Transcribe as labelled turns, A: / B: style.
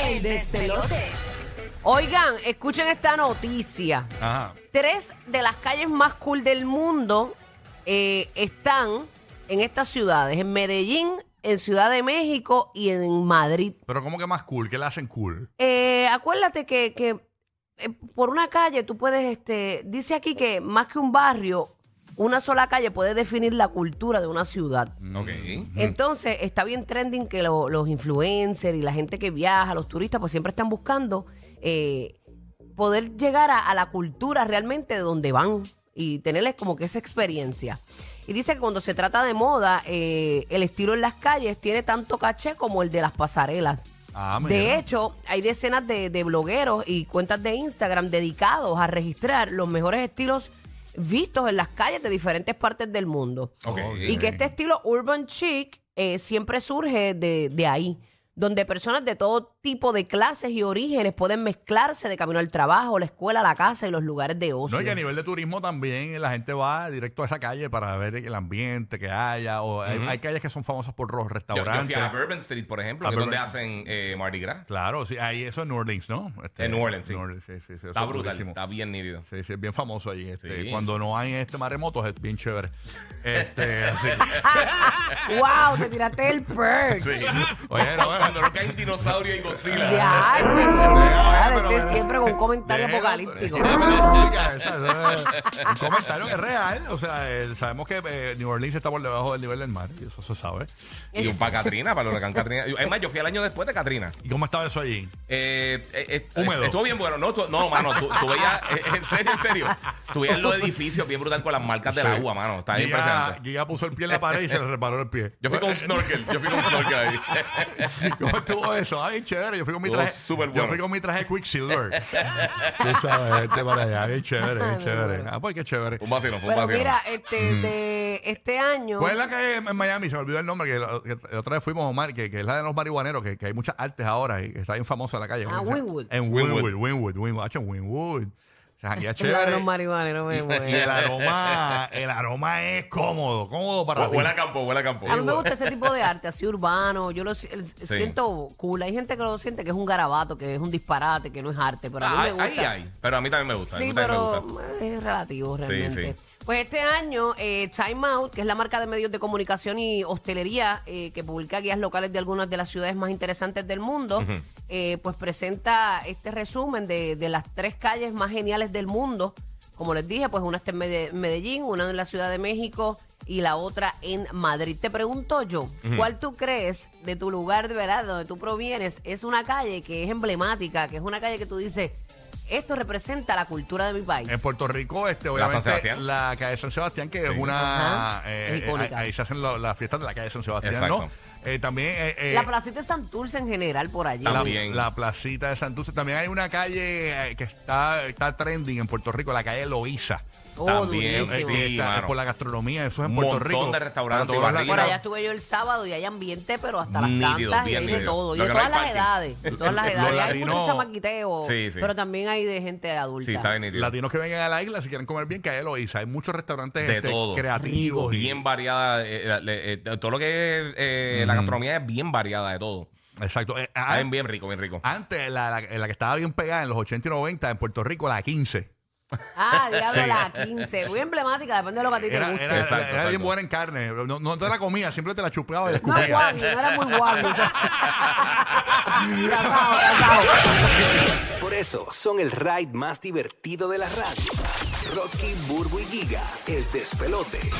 A: El despelote. Oigan, escuchen esta noticia.
B: Ajá.
A: Tres de las calles más cool del mundo eh, están en estas ciudades, en Medellín, en Ciudad de México y en Madrid.
B: Pero ¿cómo que más cool? ¿Qué le hacen cool?
A: Eh, acuérdate que, que, eh, por una calle tú puedes, este, dice aquí que más que un barrio, una sola calle puede definir la cultura de una ciudad.
C: Mm.
B: Ok.
A: Entonces, está bien trending que lo- los influencers y la gente que viaja, los turistas, pues siempre están buscando eh, poder llegar a, a la cultura realmente de donde van y tenerles como que esa experiencia. Y dice que cuando se trata de moda, eh, el estilo en las calles tiene tanto caché como el de las pasarelas.
B: Ah, mira.
A: De hecho, hay decenas de, de blogueros y cuentas de Instagram dedicados a registrar los mejores estilos vistos en las calles de diferentes partes del mundo.
B: Ok.
A: Y que este estilo urban chic eh, siempre surge de, de ahí, donde personas de todo tipo de clases y orígenes pueden mezclarse de camino al trabajo, la escuela, la casa y los lugares de ocio.
B: No, y a nivel de turismo también la gente va directo a esa calle para ver el ambiente que haya. O hay, hay calles que son famosas por los
C: Yo, yo
B: restaurantes.
C: fui a Bourbon Street, por ejemplo,
B: A
C: que es donde
B: Bourbon-
C: hacen eh, Mardi Gras.
B: Claro, sí, ahí eso en New Orleans, ¿no? Este,
C: En New Orleans, sí.
B: sí, sí, sí, eso
C: Está
B: es
C: brutal,
B: durísimo.
C: está bien nítido.
B: Sí, sí, es bien famoso ahí. Este,
C: Sí.
B: Cuando no hay este maremotos es bien chévere. Este, así.
A: ¡Wow! Te tiraste el perk.
C: Sí.
B: Oye, no, bueno.
C: Cuando no caen dinosaurios y Godzilla.
A: Ya, chico,
B: Deja,
A: claro,
B: pero-
A: este siempre con un comentario
B: Deja,
A: apocalíptico.
B: pero- Déjame la música esa, esa, esa. Un comentario que es real. O sea, eh, sabemos que eh, New Orleans está por debajo del nivel del mar. Y eso se sabe.
C: Y un para Katrina, para el huracán Katrina. Es más, yo fui al año después de Katrina.
B: ¿Y cómo estaba eso allí?
C: Eh, eh, eh,
B: Húmedo.
C: Estuvo bien bueno. No, tú- no mano, tú, tú veías, eh, en serio, en serio. Tú veías los edificios bien brutal con las marcas del
B: Sí.
C: agua, mano. Está bien
B: Giga,
C: impresionante.
B: Giga puso el pie en la pared y se le reparó el pie.
C: Yo fui con un snorkel, yo fui con un snorkel ahí.
B: ¿Cómo estuvo eso? Ay, chévere. Yo fui con mi
C: Estuvo
B: traje.
C: súper
B: Yo
C: bueno.
B: fui con mi traje Quicksilver. Tú sabes, este para allá. Bien chévere, bien chévere. Ah, pues qué chévere.
C: Un vacío, fue un
A: Pero
C: vacío.
A: mira, este, de este año...
B: ¿Cuál Pues es la que en Miami? Se me olvidó el nombre, que, la- que la otra vez fuimos a Omar, que, que es la de los marihuaneros, que, que hay muchas artes ahora y que está bien famosa en la calle.
A: Ah,
B: ¿Cómo se llama?
A: Wynwood.
B: En
C: Wynwood.
B: Winwood, Winwood, Winwood. Hacho, en Wynwood. Se janguea
A: El
B: chévere.
A: ladrón marihuanero, me
B: Y el
A: muero.
B: aroma, el aroma es cómodo, cómodo para
C: Hue-
B: ti.
C: Pues Huele a campo, huele a campo.
A: A mí me gusta ese tipo de arte, así urbano. Yo lo si- el- siento cool. Hay gente que lo siente que es un garabato, que es un disparate, que no es arte, pero a mí
C: Ah,
A: me gusta.
C: Ahí hay, pero a mí también me gusta. a mí
A: Sí,
C: también me
A: pero
C: gusta.
A: eh, es relativo realmente.
C: sí.
A: Pues este año, eh, Time Out, que es la marca de medios de comunicación y hostelería eh, que publica guías locales de algunas de las ciudades más interesantes del mundo, eh, pues presenta este resumen de, de las tres calles más geniales del mundo. Como les dije, pues una está en Mede- Medellín, una en la Ciudad de México y la otra en Madrid. Te pregunto yo, ¿cuál tú crees de tu lugar de verdad, donde tú provienes, es una calle que es emblemática, que es una calle que tú dices, esto representa la cultura de mi país.
B: En Puerto Rico, este,
C: La San
B: obviamente, la,
C: Sebastián.
B: calle San Sebastián, que es
C: Sí.
B: una...
A: Ajá,
B: eh,
A: es icónica.
B: ahí, ahí se hacen lo- las fiestas de la calle San Sebastián,
C: Exacto.
B: ¿no? Eh, también... eh, eh,
A: la placita de Santurce en general por allí.
B: La,
C: También.
B: la placita de Santurce. También hay una calle eh, que está, está trending en Puerto Rico, la calle Loíza.
A: Oh,
C: También,
B: Eh,
A: durísimo.
C: sí.
B: que está-
C: mano.
B: por la gastronomía, eso es en
C: Un
B: Puerto
C: montón
B: Rico.
C: de restaurantes
B: Para todas
C: y
B: las-
A: Por allá estuve yo el sábado y hay ambiente, pero hasta las
C: Nítido,
A: plantas y
C: bien
A: hay de
C: nítido.
A: todo. Y
C: Lo
A: de
C: que no hay
A: todas las
C: parking.
A: edades. De todas las
B: Los
A: edades. Hay
B: latinos-
A: mucho chamaquiteo,
C: Sí, sí.
A: pero también hay de gente adulta.
C: Sí, está bien nítido.
B: Latinos que vengan a la isla si quieren comer bien, calle Loíza. Hay muchos restaurantes
C: De
B: este,
C: todo.
B: creativos. y-
C: bien variada. eh, la- le- eh, todo lo que es eh, la gastronomía es bien variada de todo.
B: Exacto. Eh,
C: Está
B: ah,
C: bien, bien rico, bien rico.
B: antes, la, la- la que estaba bien pegada en los 80 y 90 en Puerto Rico, la 15.
A: Ah, diablo, la 15. Muy emblemática, depende de lo que a ti te
B: Era,
A: guste.
B: era-
C: Exacto,
B: era bien
C: exacto.
B: buena en carne. No, no te la comía, siempre te la chupaba y la
A: no es
B: escupía.
A: guagui, no era muy guagui. o sea. Casado, casado.
D: Por eso son el ride más divertido de la radio. Rocky, Burbu y Giga, el despelote.